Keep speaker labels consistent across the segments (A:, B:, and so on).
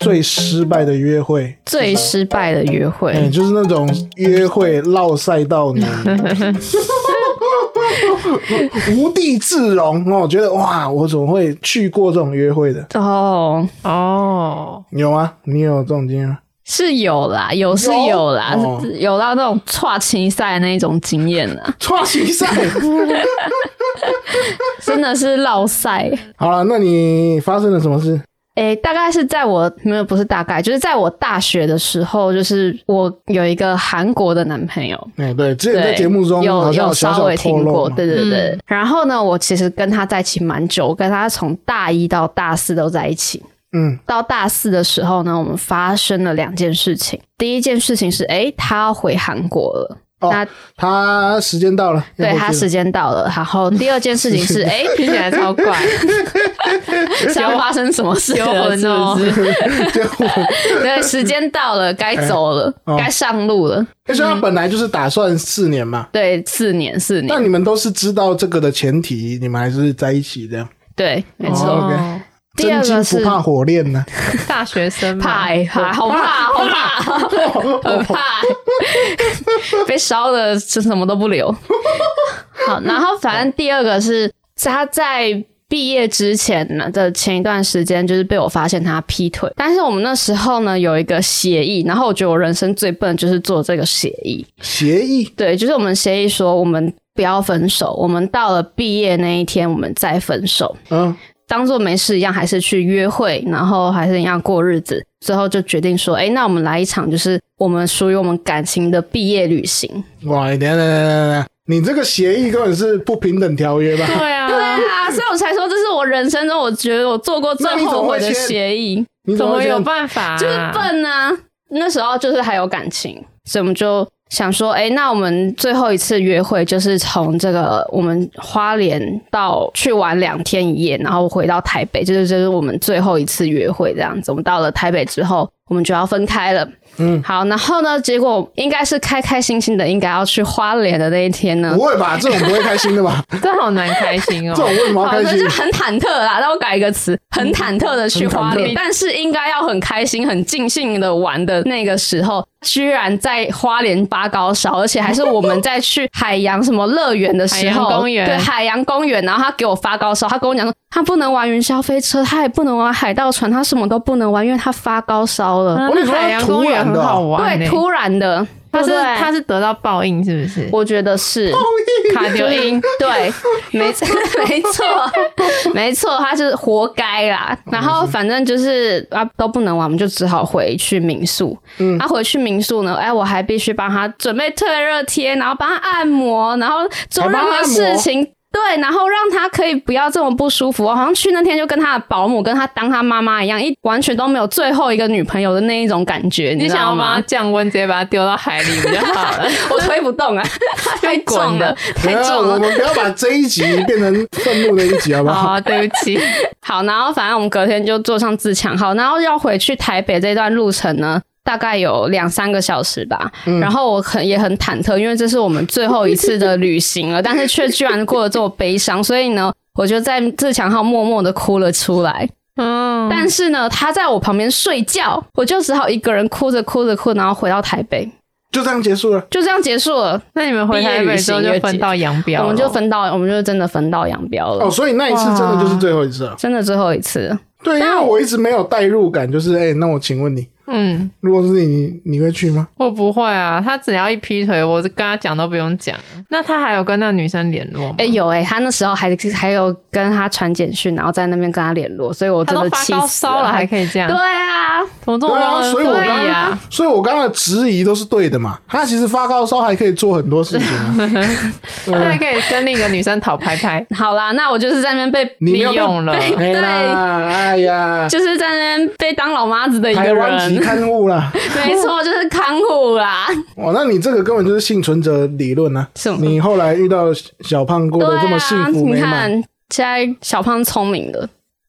A: 最失败的约会，
B: 最失败的约会，
A: 嗯，就是那种约会落赛到 你无地自容哦。我觉得哇，我怎么会去过这种约会的？
B: 哦，
A: 嗯
C: 哦，
A: 你有吗？你有这种经验吗？
B: 是有啦，有是有啦，
A: 有哦
B: 是有到那种跨青赛那一种经验啊 啦，
A: 抓起 赛。
B: 真的是绕赛。
A: 好了，那你发生了什么事？
B: 诶、大概是在我没有不是大概，就是在我大学的时候，就是我有一个韩国的男朋友，
A: 哎、对，之前
B: 对，
A: 在节目中
B: 有
A: 好像
B: 有
A: 小
B: 稍
A: 小
B: 微
A: 透
B: 听
A: 露
B: 过，
A: 嘛，
B: 对对对。
C: 嗯
B: 然后呢，我其实跟他在一起蛮久，我跟他从大一到大四都在一起。
A: 嗯，
B: 到大四的时候呢，我们发生了两件事情。第一件事情是，诶，他要回韩国了。
A: 哦
B: 那
A: 他时间到了，要
B: 对
A: 回
B: 他
A: 去了
B: 时间到了，然后第二件事 情是，哎诶，
C: 听起来超怪，
B: 是要发生什么事
C: 有
B: 了？
C: 魂
B: 是
C: 哦
B: 不是？
A: 结果，
B: 对，时间到了，该走了
A: 哦，
B: 该上路了。
A: 哎所以他本来就是打算四年嘛。
B: 对，四年，四
A: 那
B: 年，
A: 你们都是知道这个的前提，你们还是在一起这样，
B: 对，没错。
A: 哦
C: 哦，
B: 第
A: 真
B: 二
A: 金
B: 个
A: 不
B: 是
A: 怕火炼呢、
C: 大学生嘛
B: 怕欸怕，好怕，好怕， 很怕欸，被烧的就什么都不留。 好，然后反正第二个是他在。毕业之前呢的前一段时间，就是被我发现他劈腿。但是我们那时候呢有一个协议，然后我觉得我人生最笨就是做这个协议。
A: 协议
B: 对，就是我们协议说我们不要分手，我们到了毕业那一天我们再分手。
A: 嗯，
B: 当做没事一样，还是去约会，然后还是一样过日子。最后就决定说，哎、那我们来一场就是我们属于我们感情的毕业旅行。
A: 哇，等一下等一下等一下，你这个协议根本是不平等条约吧？
C: 对啊，
B: 对啊，所以我才说这是我人生中我觉得我做过最后悔的协议，
A: 你
C: 怎么
A: 会这
C: 有
A: 样
C: 办法啊？
B: 就是笨啊。那时候就是还有感情，所以我们就想说，哎、那我们最后一次约会就是从这个我们花莲到去玩两天一夜，然后回到台北，就是这是我们最后一次约会这样子。我们到了台北之后，我们就要分开了。
A: 嗯，
B: 好，然后呢，结果应该是开开心心的，应该要去花莲的那一天呢
A: 不，会吧？这种不会开心的吧？
C: 这好难开心
A: 这
C: 哦
A: 种。为什么要
B: 好
A: 开
B: 像
A: 心
B: 就？很忐忑啦。那我改一个词，很忐忑的去花
A: 很忐忑
B: 莲，但是应该要很开心、很尽兴的玩的那个时候，居然在花莲发高烧，而且还是我们在去海洋什么乐园的时候，
C: 海洋公园
B: 对海洋公园，然后他给我发高烧，他跟我讲说他不能玩云霄飞车，他也不能玩海盗船，他什么都不能玩，因为他发高烧了。
C: 啊
A: 我跟你说
C: 海洋公园很好玩欸，
B: 对，突然的，
C: 他是
B: 对不对
C: 他是得到报应是不是？
B: 我觉得是。
C: 卡丢音，
B: 对，没错，没错，没错，他是活该啦。然后反正就是啊，都不能玩，我们就只好回去民宿。嗯，他、回去民宿呢，哎，我还必须帮他准备退热贴，然后帮他按摩，然后做
A: 还帮
B: 任
A: 他
B: 何
A: 按摩
B: 事情。对，然后让他可以不要这么不舒服。我好像去那天就跟他的保姆、跟他当他妈妈一样，一完全都没有最后一个女朋友的那一种感觉，你
C: 你
B: 知
C: 想
B: 道
C: 要
B: 吗
C: 把它？降温，直接把它丢到海里比较好 了。
B: 我推不 动啊，太重了，
A: 等
B: 太
A: 一下
B: 重
A: 我
B: 了。
A: 们不要把这一集变成愤怒的一集，好不好？
C: 啊，对不 起，
B: 好，然后反正我们隔天就坐上自强号，然后要回去台北这段路程呢，大概有两三个小时吧。
C: 嗯
B: 然后我很也很忐忑，因为这是我们最后一次的旅行了，但是却居然过得这么悲伤，所以呢，我就在自强号默默的哭了出来。
C: 嗯，
B: 但是呢，他在我旁边睡觉，我就只好一个人哭着哭着哭，然后回到台北，
A: 就这样结束了。
B: 就这样结束了。
C: 那你们回台北之后就分道扬镳了，
B: 我们就分道，我们就真的分道扬镳了，
A: 哦，所以那一次真的就是最后一次了。
B: 真的最后一次。
A: 对，因为我一直没有代入感，就是哎、那我请问你，
C: 嗯，
A: 如果是你，你你会去吗？
C: 我不会啊，他只要一劈腿，我跟他讲都不用讲。那他还有跟那女生联络吗？
B: 哎、有哎、他那时候还还有跟他传简讯，然后在那边跟他联络，所以我
C: 他
B: 真
C: 都
B: 的
C: 发
B: 气
C: 高
B: 死
C: 烧了，还
B: 还
C: 可以这样
B: 对，啊，
C: 怎么这
A: 对
C: 么
A: 啊，
C: 忘恩
A: 所以我
C: 负
A: 刚
C: 义
A: 刚
C: 啊？，
A: 所以我刚刚的质疑都是对的嘛。他其实发高烧还可以做很多事情啊。
C: 他还可以跟另一个女生讨拍拍，
B: 好啦，那我就是在那边被
A: 你没有
C: 利用了
B: 被
A: 哎呀，哎呀，
B: 就是在那边被当老妈子的一个
A: 台湾级
B: 人，
A: 刊物 啦。
B: 没错，就是看护啦，
A: 哇，那你这个根本就是幸存者理论啊！
B: 什么
A: 你后来遇到小胖 过
B: 对
A: 得这么
B: 啊
A: 幸，福
B: 你
A: 美满
B: 看，现在小胖聪明的，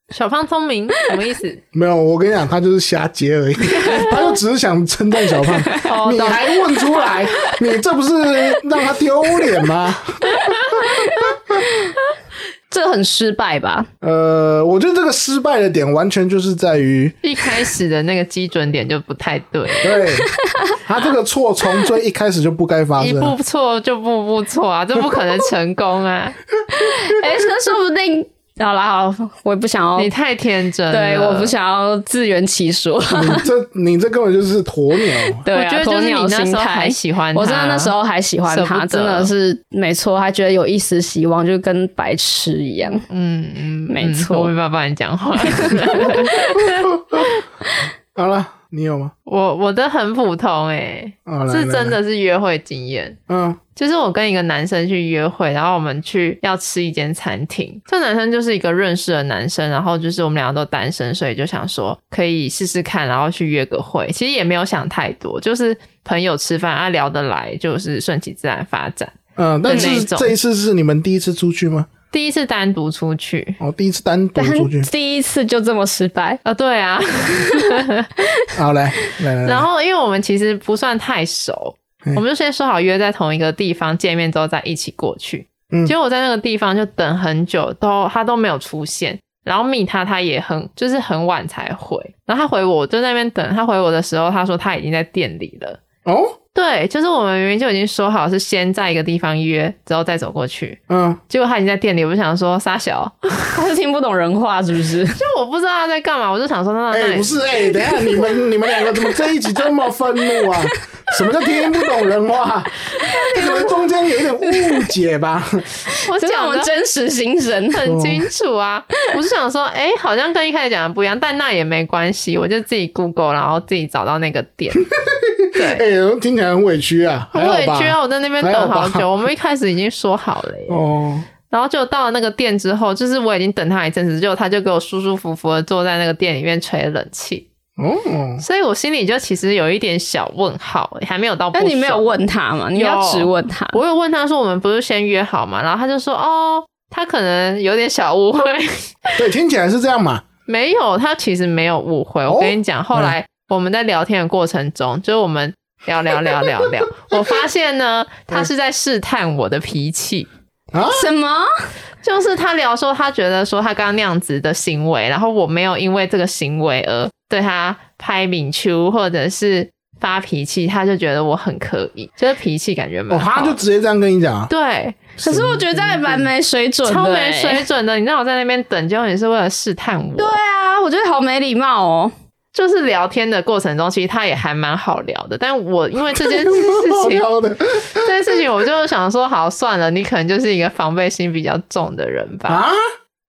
C: 小胖聪明什么意思？
A: 没有，我跟你讲，他就是瞎接 而已，他就只是想称赞小胖。
C: 哦
A: 你
C: 懂
A: 还问出来， 你这不是让他丢脸吗？
B: 这个很失败吧？
A: 呃，我觉得这个失败的点完全就是在于，
C: 一开始的那个基准点就不太对，
A: 对他这个错从最一开始就不该发
C: 一
A: 生。
C: 步错就步步错啊，这不可能成 功啊！
B: 哎、那说不定。好啦，好啦，我也不想要
C: 你，太天真了，
B: 对，我不想要自圆其说。
A: 你这你这根本就是鸵鸟。
B: 对、啊，
C: 我觉得就是你
B: 鸵鸟
C: 那
B: 心
C: 时候
B: 态
C: 还喜欢他
B: 我真的那时候还喜欢
C: 舍
B: 他，
C: 不得
B: 真的是没错，还觉得有一丝希 望，就跟白痴一样。
C: 嗯嗯，
B: 没错
C: 嗯我没办法帮你讲话。
A: 好了，你有吗？
C: 我我的很普通哎、
A: 啊，来
C: 是
A: 来
C: 真
A: 来
C: 的是约会经验。
A: 嗯，
C: 就是我跟一个男生去约会，然后我们去要吃一间餐厅。这男生就是一个认识的男生，然后就是我们两个都单身，所以就想说可以试试看，然后去约个会。其实也没有想太多，就是朋友吃饭啊，聊得来，就是顺其自然发展。
A: 嗯，但
C: 那一
A: 是
C: 种
A: 这一次是你们第一次出去吗？
C: 第一次单独出去
A: 哦，第一次单独
B: 但
A: 出去。
B: 第一次就这么失败，
C: 啊、对啊，
A: 好，来来 来，
C: 然
A: 来
C: 后因为我们其实不算太熟，
A: 嗯
C: 我们就先说好约在同一个地方见面之后再一起过去。
A: 嗯
C: 结果我在那个地方就等很久，都他都没有出现。然后密他，他也很就是很晚才回。然后他回我，我就在那边等他回我的时候，他说他已经在店里了。
A: 哦，
C: 对，就是我们明明就已经说好是先在一个地方约，之后再走过去。
A: 嗯，
C: 结果他已经在店里，我就想说傻小，
B: 他是听不懂人话，是不是？
C: 就我不知道他在干嘛，我就想说那那
A: 哎，
C: 那
A: 不是哎，等一下你 们你们两个怎么这一集这么愤怒啊？什么叫听不懂人 话？你们中间有一点误解吧？
C: 我
B: 这啊是
C: 讲
B: 我
C: 的
B: 们真实心声。
C: 很清楚 啊。我是想说，哎、好像跟一开始讲的不一样，但那也没关系，我就自己 Google，然后自己找到那个 店。对，
A: 哎，听起来很委屈啊，
C: 我
A: 还好
C: 也
A: 吧
C: 觉得我在那边
A: 还好
C: 等
A: 吧
C: 好久，我们一开始已经说好了耶、
A: 哦，
C: 然后就到了那个店之后，就是我已经等他一阵子，就他就给我舒舒服服的坐在那个店里面吹冷气，
A: 哦，
C: 所以我心里就其实有一点小问号、还没有到不
B: 那
C: 爽。
B: 你没有问他吗？你要
C: 有
B: 直问他。
C: 我有问他说我们不是先约好嘛，然后他就说哦，他可能有点小误会。
A: 对，听起来是这样嘛？
C: 没有，他其实没有误会。
A: 哦
C: 我跟你讲，后来我们在聊天的过程中，就是我们聊聊聊聊 聊，我发现呢，他是在试探我的脾气。
A: 啊，
B: 什么？
C: 就是他聊说，他觉得说他刚刚那样子的行为，然后我没有因为这个行为而对他拍敏秋或者是发脾气，他就觉得我很可以，就是脾气感觉蛮
A: 哦，
C: 好。
A: 他就直接这样跟你讲啊？
C: 对，
B: 可是我觉得这样也蛮没水准的、
C: 超没
B: 欸
C: 水准的。你让我在那边等，结果你是为了试探我。对
B: 对啊，我觉得好没礼貌哦。
C: 就是聊天的过程中，其实他也还蛮好聊的，但我因为这件
A: 好
C: 事 情，
A: 挑的，
C: 这件事情我就想说，好算了，你可能就是一个防备心比较重的人吧。
A: 啊？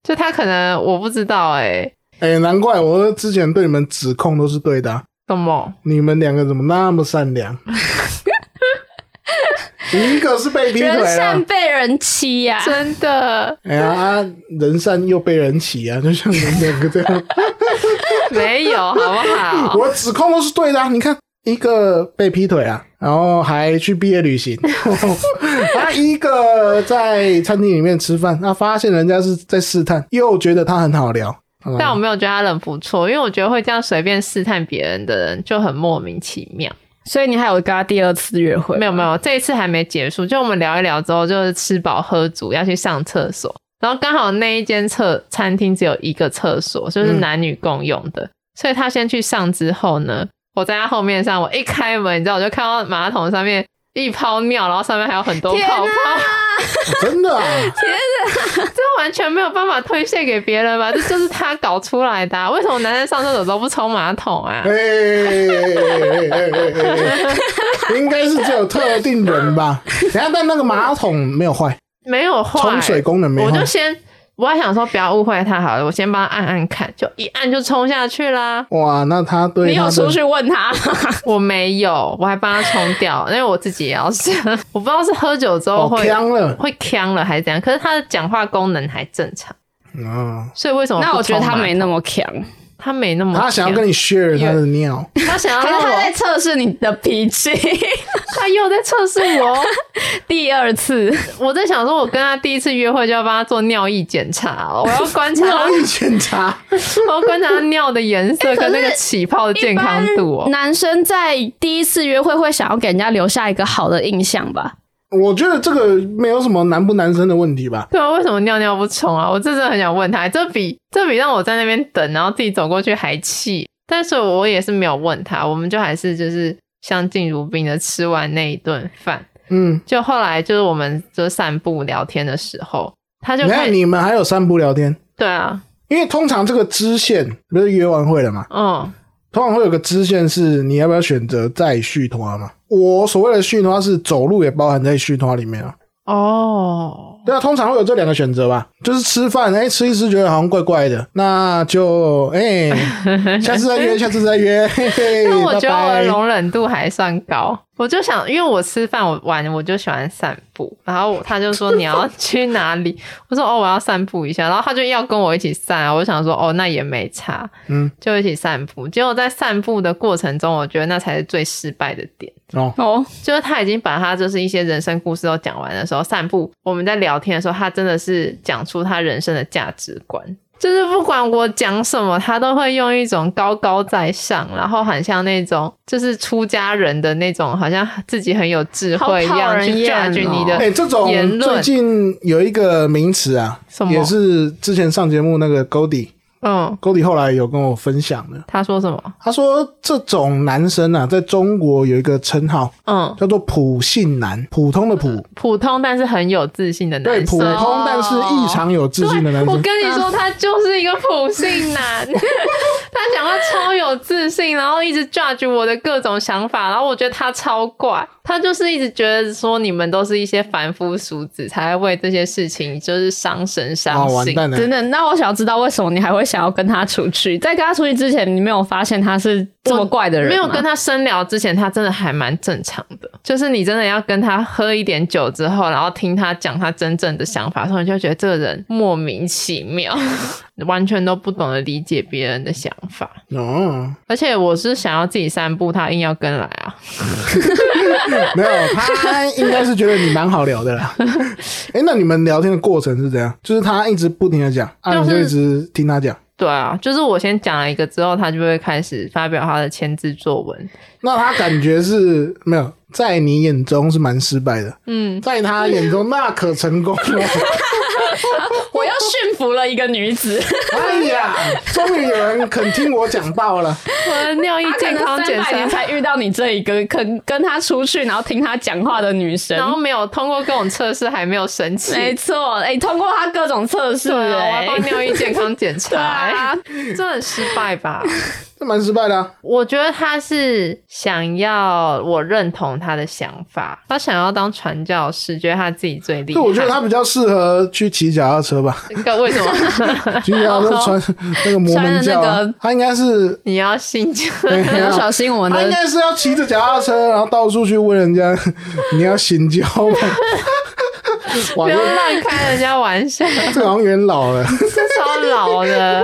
C: 就他可能我不知道哎、
A: 哎、难怪我之前对你们指控都是对的啊、
C: 怎么？
A: 你们两个怎么那么善 良？一个是被劈腿
B: 人善
A: 了，
B: 被人啊欺呀、
C: 真的
A: 哎呀、啊人善又被人欺啊，就像你们两个这样。
C: 没有，好不好？
A: 我指控都是对的、啊，你看一个被劈腿啊，然后还去毕业旅行， 啊，一个在餐厅里面吃饭，那、发现人家是在试探，又觉得他很好聊，哦好吧
C: 但我没有觉得他人不错，因为我觉得会这样随便试探别人的人就很莫名其妙。
B: 所以你还有跟他第二次约会？
C: 没有没有，这一次还没结束，就我们聊一聊之后，就是吃饱喝足要去上厕所，然后刚好那一间厕餐厅只有一个厕所，就是
A: 嗯
C: 男女共用的，所以他先去上之后呢，我在他后面上，我一开门，你知道我就看到马桶上面。一泡尿，然后上面还有很多
B: 天
C: 泡泡，
A: 真 的啊，
C: 这完全没有办法推卸给别人吧？这就是他搞出来的啊、为什么男生上厕所都不冲马桶 啊
A: 哎？哎哎哎哎，应该是只有特定人吧？等下，但那个马桶没有坏，
C: 没有坏，
A: 冲水功能没
C: 我
A: 坏
C: 就。先，我还想说不要误会他好了，我先帮他按按看，就一按就冲下去啦。
A: 哇，那他对
B: 你有哦
A: 他
B: 出
A: 的
B: 去问他吗？
C: 我没有，我还帮他冲掉，因为我自己也要上， 我不知道是喝酒之后
A: 哦
C: 会、
A: 呛了，
C: 会呛了还是怎样，可是他的讲话功能还正常，
A: 嗯，
C: 所以为什么 不
B: 那我觉得
C: 冲
B: 他
C: 马
B: 没那么强，
C: 他没那么呛，
A: 他想要跟你 share 他的尿，
C: 他想 要
B: 可是
C: 让
B: 他在
C: 我，
B: 测试你的脾 气。
C: 他又在测试我。
B: 第二次，
C: 我在想说，我跟他第一次约会就要帮他做尿液检查哦，我要观察 他
A: 尿，液检查，
C: 我要观察他尿的颜
B: 哎
C: 色跟那个起泡的健康度哦。
B: 男生在第一次约会会想要给人家留下一个好的印象吧？
A: 我觉得这个没有什么男不男生的问题吧。
C: 对啊，为什么尿尿不冲啊？我这真的很想问他，这比这比让我在那边等，然后自己走过去还气。但是我也是没有问他，我们就还是就是相敬如宾的吃完那一顿饭。
A: 嗯，
C: 就后来就是我们就散步聊天的时候，他就
A: 你
C: 开
A: 看你们还有散步聊天，
C: 对啊，
A: 因为通常这个支线不是约完会了嘛，
C: 嗯，
A: 通常会有个支线是你要不要选择再续托嘛。我所谓的续托是走路也包含在续托里面啊。
C: 哦，
A: 对啊，通常会有这两个选择吧，就是吃饭，哎、吃一吃觉得好像怪怪的，那就哎、 下次再约，下次再约，嘿嘿，
C: 但我觉得我的
A: 拜拜。
C: 容忍度还算高，我就想，因为我吃饭我晚我就喜欢散步，然后我他就说你要去哪里， 我说哦我要散步一下，然后他就要跟我一起散，我就想说哦那也没差，
A: 嗯，
C: 就一起散步。结果在散步的过程中，我觉得那才是最失败的点，
A: 哦，
B: 哦，
C: 就是他已经把他就是一些人生故事都讲完的时候，散步我们在聊天的时候，他真的是讲出他人生的价值观，就是不管我讲什么，他都会用一种高高在上，然后很像那种就是出家人的那种，好像自己很有智慧一
B: 好讨
C: 样
B: 人
C: 去
B: 厌
C: judge
B: 哦
C: 你的、
A: 哎、这种
C: 言论
A: 最近有一个名词啊
C: 什，么
A: 也是之前上节目那个 Goldie，Goldie
C: 嗯。
A: 后来有跟我分享的，
C: 他说什么？
A: 他说这种男生啊，在中国有一个称号
C: 嗯，
A: 叫做普信男，普通的普，
C: 普通但是很有自信的
A: 对，
C: 男
A: 普
C: 生。
A: 通但是异常有自信的男
C: 哦我
A: 生。
C: 跟你 说，他就是一个普信男，他讲话超有自信，然后一直 judge 我的各种想法，然后我觉得他超怪，他就是一直觉得说你们都是一些凡夫俗子，才会为这些事情就是伤神伤
A: 哦，完
C: 心。
A: 蛋了！
B: 等等，那我想知道为什么你还会想要跟他出去？在跟他出去之前，你没有发现他是这么怪的人吗？
C: 没
A: 啊
C: 有跟他深聊之前，他真的还蛮正常的。就是你真的要跟他喝一点酒之后，然后听他讲他真正的想法的时候，你就觉得这个人莫名其妙， 完全都不懂得理解别人的想法。
A: 哦，
C: 而且我是想要自己散步，他硬要跟来啊。
A: 没有，他应该是觉得你蛮好聊的 啦。哎、那你们聊天的过程是怎样？就是他一直不停的讲，啊，
C: 就
A: 你
C: 是
A: 就一直听他讲。
C: 对啊，就是我先讲了一个之后，他就会开始发表他的签字作文。
A: 那他感觉是没有，在你眼中是蛮失败的，
C: 嗯，
A: 在他眼中那可成功 了。
B: 我又驯服了一个女子，
A: 哎呀，终于有人肯听我讲报了。
C: 我的尿液
B: 她可
C: 健
B: 能
C: 康检
B: 三百
C: 查
B: 年，才遇到你这一个跟跟他出去，然后听他讲话的女生。
C: 然后没有通过各种测试，还没有神奇。
B: 没错，哎、通过他各种测试、
C: 对啊，我
B: 哎
C: 要帮尿液健康检查、
B: 对啊，
C: 这很失败吧？
A: 这蛮失败的、啊，
C: 我觉得他是想要我认同他的想法，他想要当传教士，觉得他自己最厉害。
A: 就我觉得他比较适合去骑脚踏车 吧，
C: 这个为什么
A: 骑脚踏车穿
C: 哦
A: 那个摩门教啊、
B: 穿的那个
A: 他应该 是，
C: 你要信教？
A: 哎
B: 你
A: 呀
B: 要小心我们
A: 他应
B: 的。
A: 该是要骑着脚踏车，然后到处去问人家你要行教吗？ 哇，
C: 不要
A: 这
C: 乱开人家玩笑，
A: 这好像有点老了。
C: 这超老的。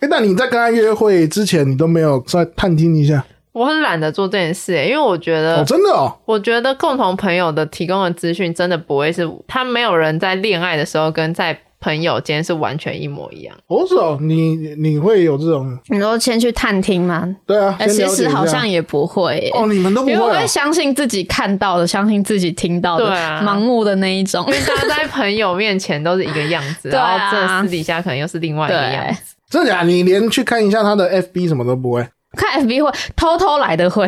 A: 哎、那你在跟他约会之前，你都没有再探听一下？
C: 我很懒得做这件事、欸因为我觉得，
B: 呃
A: 哦，真的哦，
C: 我觉得共同朋友的提供的资讯真的不会是，他没有人在恋爱的时候跟在朋友间是完全一模一样。
A: 哦是哦，你你会有这种？
B: 你都先去探听吗？
A: 对啊，
B: 哎、
A: 先
B: 其
A: 了解
B: 实
A: 一
B: 好
A: 下
B: 像也不会、哎
A: 哦，你们都不会、
B: 因为我会
A: 哦。
B: 相信自己看到的，相信自己听到的，
C: 对啊
B: 盲目的那一种。
C: 因为大家在朋友面前都是一个样子，
B: 对啊
C: 然后这私底下可能又是另外一个样
B: 对
C: 子。，
A: 真的假的？你连去看一下他的 FB 什么都不会？
B: 看 FB 会偷偷来的会，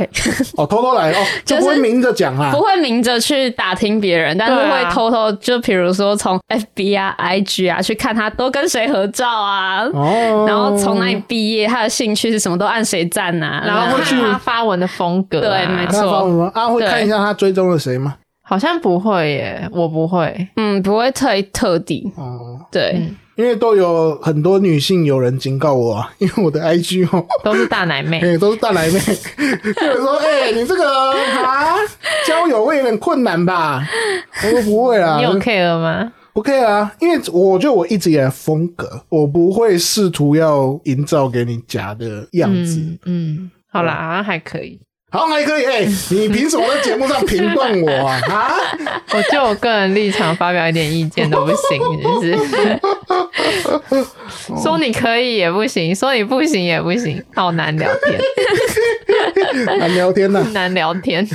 A: 哦，偷偷来哦，就不会
B: 就是
A: 明着讲啊啦。
B: 不会明着去打听别人，但是
C: 对啊
B: 会偷偷就比如说从 FB 啊、IG 啊去看他都跟谁合照啊，
A: 哦，
B: 然后从哪里毕业，他的兴趣是什么，都按谁赞啊，
C: 然后会去他发文的风格、啊，
B: 对没
A: 那
B: 错
A: 发文吗？啊，会看一下他追踪了谁吗？
C: 好像不会耶，我不会。
B: 嗯，不会特特地
A: 哦，
B: 对。
A: 因为都有很多女性友人警告我啊，因 为我的 IG 哦，
C: 都是大 奶妹
A: 哎、，都是大奶妹， 就有人说，哎、你这个啊，交友会有点困难吧？我说不会啦，
C: 你有 care 吗？
A: 不 care 啊，因为我觉得我一直以来的风格，我不会试图要营造给你假的样子。
C: 嗯嗯，好啦，好像还可以。
A: 好，还可以。哎、你凭什么在节目上评断我 啊？啊，
C: 我就我个人立场发表一点意见都不行，是 不是？说你可以也不行，说你不行也不行，好难聊天，
A: 难聊天呐、
C: 难聊天。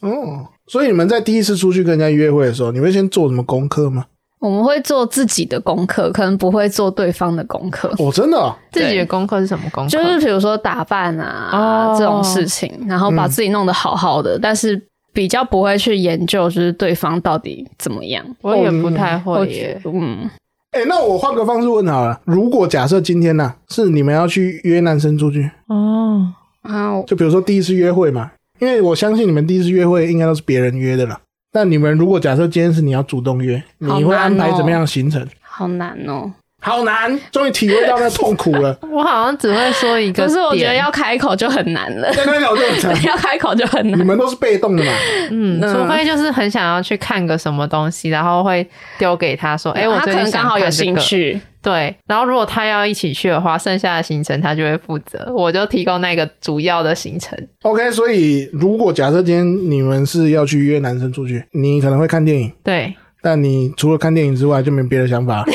A: 哦，所以你们在第一次出去跟人家约会的时候，你会先做什么功课吗？
B: 我们会做自己的功课，可能不会做对方的功课。
A: 哦，真的、哦，
C: 自己的功课是什么功课？
B: 就是比如说打扮啊、
C: 哦
B: 这种事情，然后把自己弄得好好的，但是比较不会去研究，就是对方到底怎么样。
C: 我也不太
B: 哦我
C: 会
B: 觉
C: 耶。
B: 嗯，
A: 哎、那我换个方式问好了。如果假设今天呢、是你们要去约男生出去，
C: 哦，
B: 啊，我
A: 就比如说第一次约会嘛，因为我相信你们第一次约会应该都是别人约的啦。那你们如果假设今天是你要主动约，你
B: 好
A: 会
B: 难
A: 安排
B: 哦
A: 怎么样的行程？
B: 好难哦。
A: 好难，终于体会到那痛苦 了。
C: 我好像只会说一个
B: 可
C: 点，
B: 是我觉得要开口就很难 了，
A: 刚刚搞这么惨，
B: 要开口就很
A: 你
B: 难。
A: 们都是被动的嘛？
C: 嗯，
B: 嗯
C: 除非就是很想要去看个什么东西，然后会丢给他说，哎、我
B: 他可
C: 最近
B: 能
C: 想
B: 刚好有
C: 看这
B: 兴
C: 个。
B: 趣，
C: 对，然后如果他要一起去的话，剩下的行程他就会负责，我就提供那个主要的行程。
A: OK，所以如果假设今天你们是要去约男生出去，你可能会看电影，
C: 对，
A: 但你除了看电影之外就没别的想 法了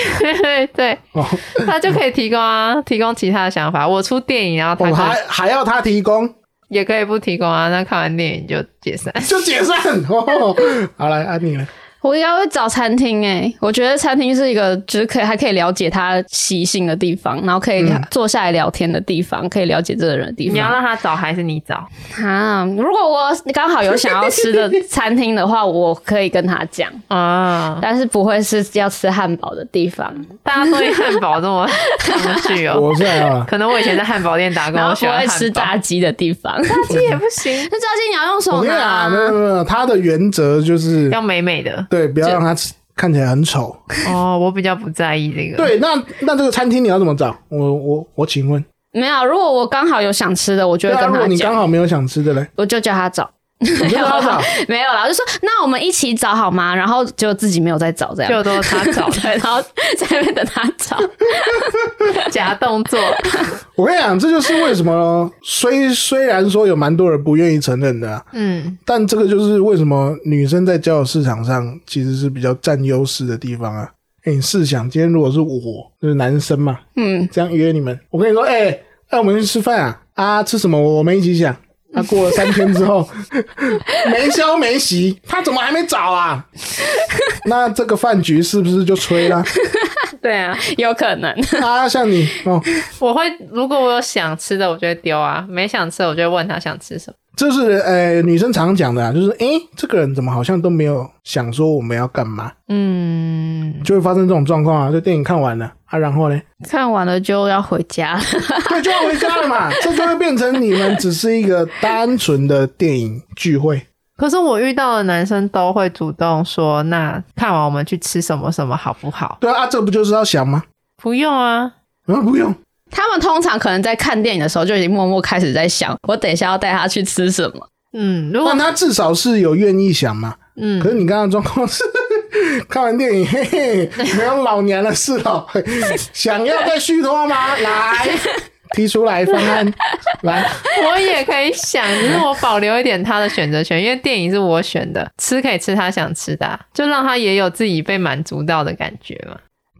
C: 对，
A: 哦。
C: 他就可以提 供啊，提供其他的想法。我出电影，然后
A: 我
C: 他可
A: 哦还还要他提供，
C: 也可以不提供啊。那看完电影就解散。
A: 就解散。哦，好来安妮了。
B: 我应该会找餐厅诶、我觉得餐厅是一个就是可以还可以了解他习性的地方，然后可以
A: 嗯
B: 坐下来聊天的地方，可以了解这个人的地
C: 你要
B: 方。
C: 让他找还是你找？
B: 啊，如果我刚好有想要吃的餐厅的话，我可以跟他讲，
C: 啊，
B: 但是不会是要吃汉堡的地方，
C: 大家对汉堡这么抗拒 哦。
A: 我是啊，
C: 可能我以前在汉堡店打工，
B: 然后
C: 我
B: 不
C: 喜欢
B: 会吃
C: 汉堡，
B: 炸鸡的地方。 啊
C: 炸鸡也不啊行，
B: 那炸鸡你要用
A: 我
B: 手
A: 跟你
B: 拿、
A: 讲，没有没有没有，他的原则就是
C: 要美 美的。
A: 对，不要让他吃看起来很丑。
C: 哦，我比较不在意这个。，
A: 对，那那这个餐厅你要怎么找？我我我请问，
B: 没有，如果我刚好有想吃的，我就
A: 对啊，
B: 会跟
A: 如果
B: 他
A: 你
B: 讲，
A: 刚好没有想吃的嘞，
B: 我就叫他找。
A: 你就让他找。
B: 没有啦，我就说那我们一起找好吗？然后就自己没有在找这样，
C: 就都是他找
B: 对，然后 在那边等他找。
C: 假动 作。
A: 我跟你讲，这就是为什么虽虽然说有蛮多人不愿意承认的啊、
C: 嗯，
A: 但这个就是为什么女生在交友市场上其实是比较占优势的地方啊。哎、你试想，今天如果是我，就是男生嘛，
B: 嗯，
A: 这样约你们，我跟你说，哎、那、我们去吃饭啊，啊，吃什么？我们一起想。啊，过了三天之后， 没消没息，他怎么还没找啊？那这个饭局是不是就吹啦？
C: 对啊，
B: 有可能。
A: 啊，像你哦，
C: 我会如果我有想吃的，我就会丢啊；没想吃，的，我就会问他想吃什么。
A: 这是呃女生常讲的、啊，就是诶、这个人怎么好像都没有想说我们要干嘛，
C: 嗯，
A: 就会发生这种状况啊。就电影看完了啊，然 后呢，
B: 看完了就要回家，
A: 对，就要回家了嘛。这就会变成你们只是一个单纯的电影聚会。
C: 可是我遇到的男生都会主动说：“那看完我们去吃什么什么好不好
A: 对啊，啊这不就是要想吗？？”
C: 不用啊，
A: 啊，不用，
B: 他们通常可能在看电影的时候就已经默默开始在想，我等一下要带他去吃什么。
C: 嗯，如果
A: 但他至少是有愿意想嘛。
C: 嗯
A: 可，是你刚刚的状况是 看完电影，嘿嘿，没有老年了是 老，哦想要再续托吗？来，提出来方案，来。
C: 我也可以想，只是我保留一点他的选择权，因为电影是我选的，吃可以吃他想吃的啊、就让他也有自己被满足到的感觉嘛。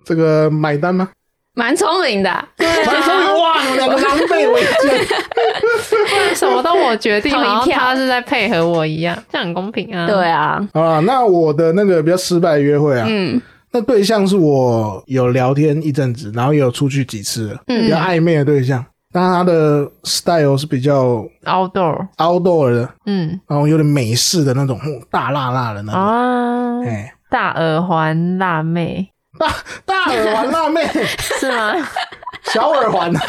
A: 这个买单吗？
B: 蛮聪明的啊、
A: 传说哇，你们两个狼狈为奸。
C: 什么都我决 定，
B: 同一
C: 好像
B: 票
C: 他是在配合我一样，这样很公平啊。
B: 对啊，
A: 好啦，那我的那个比较失败的约会啊，
B: 嗯
A: 那对象是我有聊天一阵子，然后也有出去几次了，比较
B: 嗯，
A: 暧昧的对象。但他的 style 是比较
C: ，outdoor，
A: outdoor 的，
C: 嗯
A: 然后有点美式的那种，哦大辣辣的那种。
C: 啊，
A: 哎、
C: 大耳环辣妹
A: 大大耳环辣妹，
C: 是 吗？
A: 小耳环啊，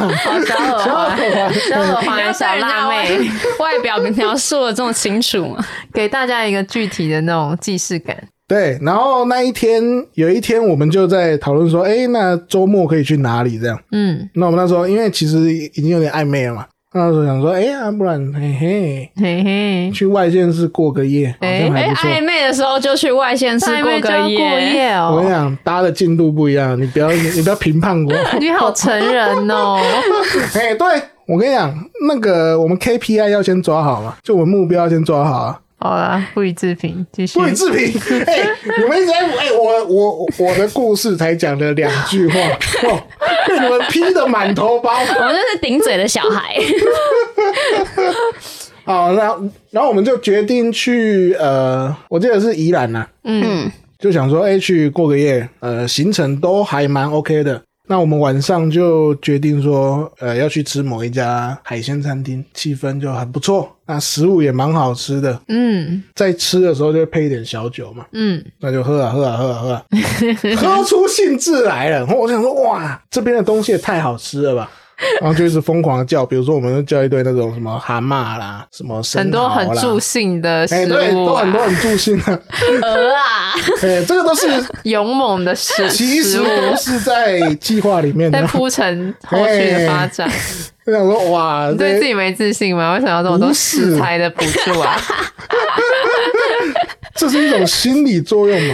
C: 小耳环
A: 小耳环，
C: 小 耳
B: 不要
C: 环小
B: 对人家
C: 辣妹，
B: 外表描述的这么清楚吗？
C: 给大家一个具体的那种既视感。
A: 对，然后那一天有一天我们就在讨论说，哎、那周末可以去哪里这样？
C: 嗯，
A: 那我们那时候因为其实已经有点暧昧了嘛，那时候想说，哎、呀、不然嘿嘿，
C: 嘿嘿，
A: 去外县市过个夜好像还
B: 哎、
A: 不错。
B: 暧昧的时候就去外县市
C: 暧
B: 过
C: 昧就
B: 个
C: 要过 夜
A: 我跟你
C: 哦。
A: 讲，搭的进度不一样，你不要你不要评判我。
C: 你好成人哦，
A: 哎、对我跟你讲，那个我们 KPI 要先抓好嘛，就我们目标要先抓好啊。
C: 好啦，不予置评，继续
A: 不。予置评。哎、你们一直在哎、我我我的故事才讲了两句话，哦，被你们批的满头包。
B: 我们就是顶嘴的小孩。
A: 哦，那然后我们就决定去呃，我记得是宜兰呐、
B: 嗯，
A: 就想说哎、去过个夜，呃，行程都还蛮 OK 的。那我们晚上就决定说，呃，要去吃某一家海鲜餐厅，气氛就很不错，那食物也蛮好吃的。
C: 嗯
A: 在吃的时候就会配一点小酒嘛，
C: 嗯，
A: 那就喝啊喝啊喝啊喝啊， 喝出兴致来了。然后我想说，哇，这边的东西也太好吃了吧！然后就一直疯狂的叫，比如说我们就叫一堆那种什么蛤蟆啦，什么生
C: 很多
A: 蚝啦
C: 很助兴的
A: 哎、
C: 食
A: 对，
C: 物
A: 都
C: 啊，
A: 很多很助兴啊。
B: 鹅啊，
A: 哎、这个都 是
C: 勇猛的食
A: 其实
C: 食物，
A: 不是在计划里面
C: 在
A: 的。
C: 铺陈后续的发展。
A: 我想说，哇，
C: 你对自
A: 这
C: 己没自信吗？为什么要这么多
A: 不是
C: 食材的补 助啊？
A: 这是一种心理作用嘛？就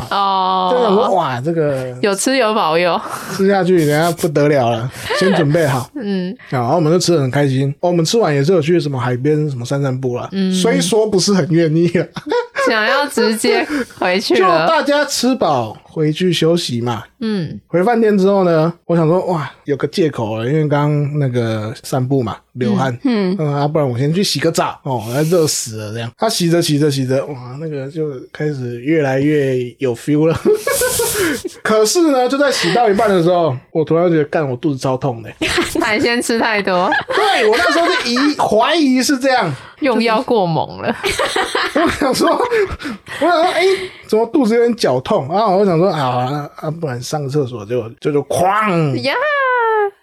A: 想说，
C: 哦，
A: 哇，这个
C: 有吃有保佑，
A: 吃下去人家不得了了，先准备好。啊
C: 嗯
A: 然后我们就吃的很开心。哦，我们吃完也是有去什么海边什么散散步啦，虽说不是很愿意啊，
C: 想要直接回去
A: 就
C: 了，
A: 大家吃饱回去休息嘛。
C: 嗯
A: 回饭店之后呢，我想说哇，有个借口了，因为刚刚那个散步嘛，流汗，嗯啊，不然我先去洗个澡哦，那热死了这样。他洗着洗着洗着，哇，那个就开始越来越有 feel 了。可是呢，就在洗到一半的时候，我突然觉得，干，我肚子超痛的。
C: 海鲜吃太多，
A: 对我那时候就疑怀疑是这样，
C: 用药过猛 了，
A: 我想说，我想说，哎、怎么肚子有点绞痛？然后我想说，啊啊，不然上个厕所就就就哐
C: 呀，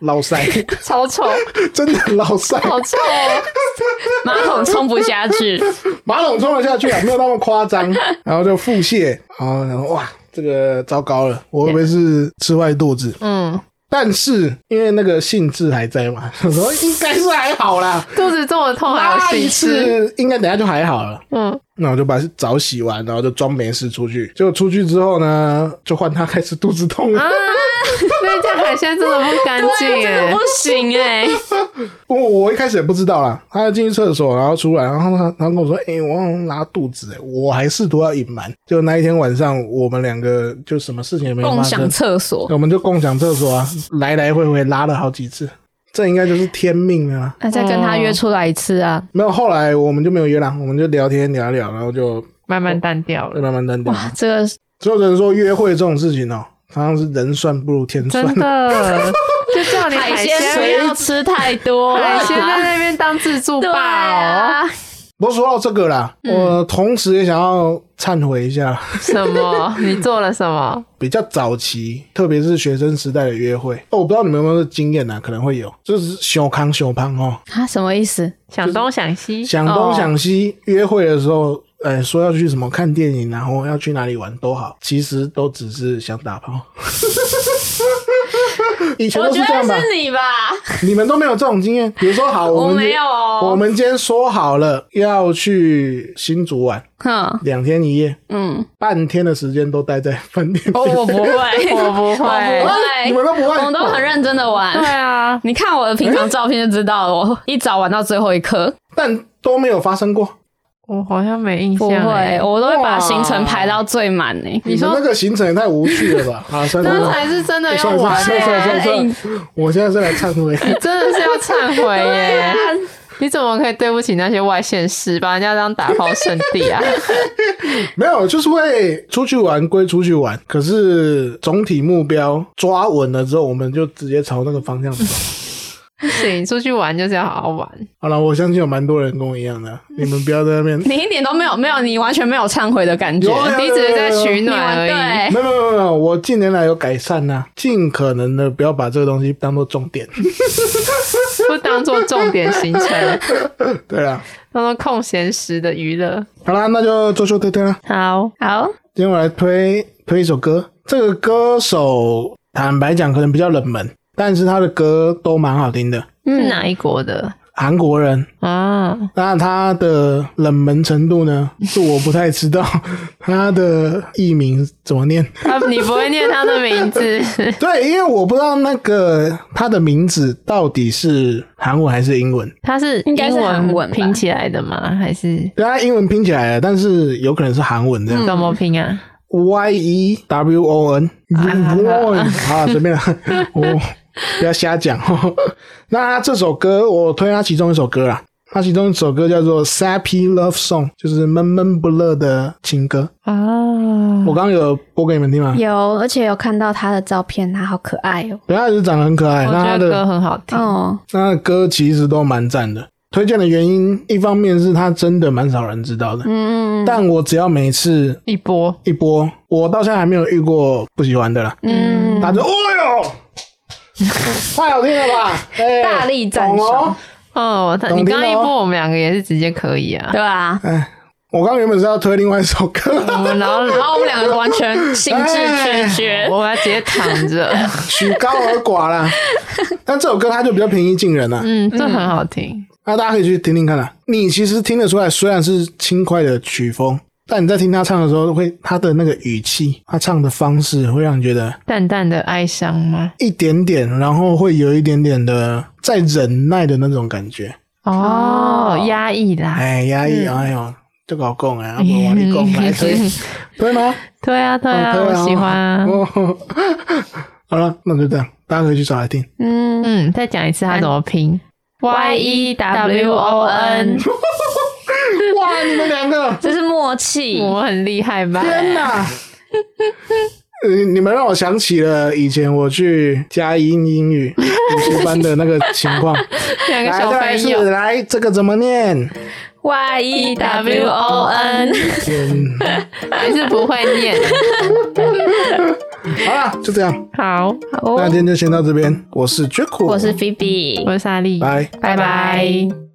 A: 捞 塞，
C: 超臭，
A: 真的捞塞，
C: 好臭哦！
B: 马桶冲不下 去，
A: 马桶冲了下去啊，没有那么夸张，然后就腹泻，然后想说，哇，这个糟糕了，我会不会是吃坏肚子？
C: 嗯，
A: 但是因为那个兴致还在嘛，我说应该是还好啦，
C: 肚子这么痛还有
A: 拉一
C: 兴致，
A: 次应该等下就还好了。
C: 嗯，
A: 那我就把澡洗完，然后就装没事出去。结果出去之后呢，就换他开始肚子痛了。
C: 啊，那家海鲜真的不干 净
B: 啊真的
C: 耶
B: 不，行哎、
A: 我我一开始也不知道啦，他就进去厕所，然后出来，然后他然后跟我说：“哎、我好像拉肚子。”哎，我还试图要隐瞒。就那一天晚上，我们两个就什么事情也没有发
B: 共享
A: 生，
B: 厕所。
A: 我们就共享厕所啊，来来回回拉了好几次。这应该就是天命了啊。
B: 那再跟他约出来一次啊！
A: 没有，后来我们就没有约啦，我们就聊天聊一聊，然后就
C: 慢慢淡掉了，
A: 慢慢淡掉。
B: 哇，这个
A: 所以我只能说，约会这种事情哦、好像是人算不如天 算
C: 真。的，就叫你
B: 海鲜
C: 鲜
B: 不要吃太多，啊
C: 海鲜在那边当自助
B: 对
C: 吧、哦？
B: 啊，
A: 不过说到这个啦，
B: 嗯
A: 我同时也想要忏悔一下，
C: 什么？你做了什么？
A: 比较早期，特别是学生时代的约会。哦，我不知道你们有没有这经验啊，可能会有，就是小康小康哦，
B: 啊什么意思？
C: 想东想西，
A: 想东想西，约会的时候，呃，说要去什么看电影，然后要去哪里玩都好，其实都只是想打炮。 以前
B: 我
A: 都是
B: 觉
A: 这
B: 得
A: 样吧？
B: 是你吧，
A: 你们都没有这种经验？比如说，好，我
B: 我
A: 们今
B: 没有
A: 我
B: 哦。
A: 们今天说好了要去新竹玩
B: 哼，
A: 两天一夜，
B: 嗯，
A: 半天的时间都待在饭店里。
C: 哦，我不会，我不
B: 我不
C: 会
B: 会，
A: 啊 你们都不
B: 我
A: 会，
B: 们都很认真的
C: 对
B: 玩。
C: 啊，
B: 你看我的平常照片就知道了，我一早玩到最后一刻，
A: 但都没有发生过。
C: 我好像没印
B: 不
C: 象、
B: 会，
C: 欸。
B: 我都会把行程排到最满呢。
A: 你们那个行程也太无趣了 吧？啊，算了算
C: 那
A: 了，
C: 才是真的要
A: 算了算了
C: 玩、
A: 算了算
C: 欸，
A: 了算了算了，我现在是来忏悔。
C: 你真的是要忏悔耶、
B: 啊
C: 你怎么可以对不起那些外县市，把人家当打炮圣地啊？
A: 没有，就是会出去玩归出去玩，可是总体目标抓稳了之后，我们就直接朝那个方向 走。
C: 不行，出去玩就是要好好玩。
A: 好了，我相信有蛮多人跟我一样的，你们不要在那 边。
B: 你一点都没有没有，你完全没有忏悔的感觉。
A: 有啊
C: 你只是在取
B: 你
C: 暖
B: 玩
C: 而已。
B: 对，
A: 没有没有没有没有，我近年来有改善呐、尽可能的不要把这个东西当做重点。
C: 不当做重点行程，
A: 对啊，
C: 当做空闲时的娱乐。
A: 好啦，那就周周推推啦。
C: 好，
B: 好，
A: 今天我来推推一首歌，这个歌手坦白讲可能比较冷门，但是他的歌都蛮好听的。
C: 是
B: 嗯
C: 哪一国的
A: 韩国人，
C: 啊？
A: 那他的冷门程度呢？是我不太知道他的艺名怎么念。
C: 他啊你不会念他的名字，
A: 对，因为我不知道那个他的名字到底是韩文还是英文。
C: 他是
B: 应该是
C: 英
B: 韩文吧
C: 拼起来的吗？还是
A: 对，他英文拼起来了，但是有可能是韩文这样。
C: 怎么拼啊？
A: Y E W O N，啊，随便了， 我不要瞎讲。那这首歌我推他其中一首歌啦，它其中一首歌叫做《Sappy Love Song》，就是闷闷不乐的情歌。
C: 啊，
A: 我刚刚有播给你们听吗？
B: 有，而且有看到他的照片，他好可爱哦。
A: 对，它是长得很可爱，
C: 我
A: 那它
C: 觉得
A: 的
C: 歌很好听。
B: 哦，
A: 那它的歌其实都蛮赞的。推荐的原因，一方面是它真的蛮少人知道的，
B: 嗯
A: 但我只要每次
C: 一波
A: 一播，我到现在还没有遇过不喜欢的啦。
B: 嗯
A: 大家就哦哟，太好听了吧！ 哎
B: 大力赞赏
A: 懂哦。
C: 哦，他
A: 懂
C: 你
A: 听
C: 刚刚
A: 了
C: 一
A: 哦
C: 波，我们两个也是直接可以啊。
B: 对啊，
A: 哎，我刚原本是要推另外一首歌，
C: 我们然后然
B: 然后
C: 后
B: 我们两个完全兴致缺缺。
C: 我要直接躺 着，
A: 曲高和寡 啦。但这首歌它就比较平易近人啦、啊
C: 嗯，这很好听。
A: 那大家可以去听听看啦。你其实听得出来，虽然是轻快的曲风，但你在听他唱的时候，会他的那个语气，他唱的方式，会让你觉得
C: 淡淡的哀伤吗？
A: 一点点，然后会有一点点的在忍耐的那种感觉。
C: 哦
B: 哦，
C: 压抑啦。
A: 哎，压抑，哎呦，就搞共哎，我往里共来 推，推吗？
C: 对啊，对啊，
A: 哦
C: 我
A: 对啊
C: 喜欢啊。
A: 哦， 好了，那就这样，大家可以去找来听。
B: 嗯
C: 嗯，再讲一次它怎么拼？Y E W O N，
A: 哇，你们两个，
B: 这是默契。
C: 我很厉害吧？
A: 天哪！呃你们让我想起了以前我去嘉音英语补习班的那个情 况。
C: 两个
A: 来，
C: 小
A: 再来一
C: 朋
A: 次，
C: 友，
A: 来，这个怎么念？
B: Y E W O N，
A: 天，
C: 还是不会念。
A: 好了，就这样，
C: 好，
B: 好哦
A: 那今天就先到这边。我是 Jaco，
B: 我是 Phoebe，
C: 我是莎莉，
A: 拜。
B: 拜拜。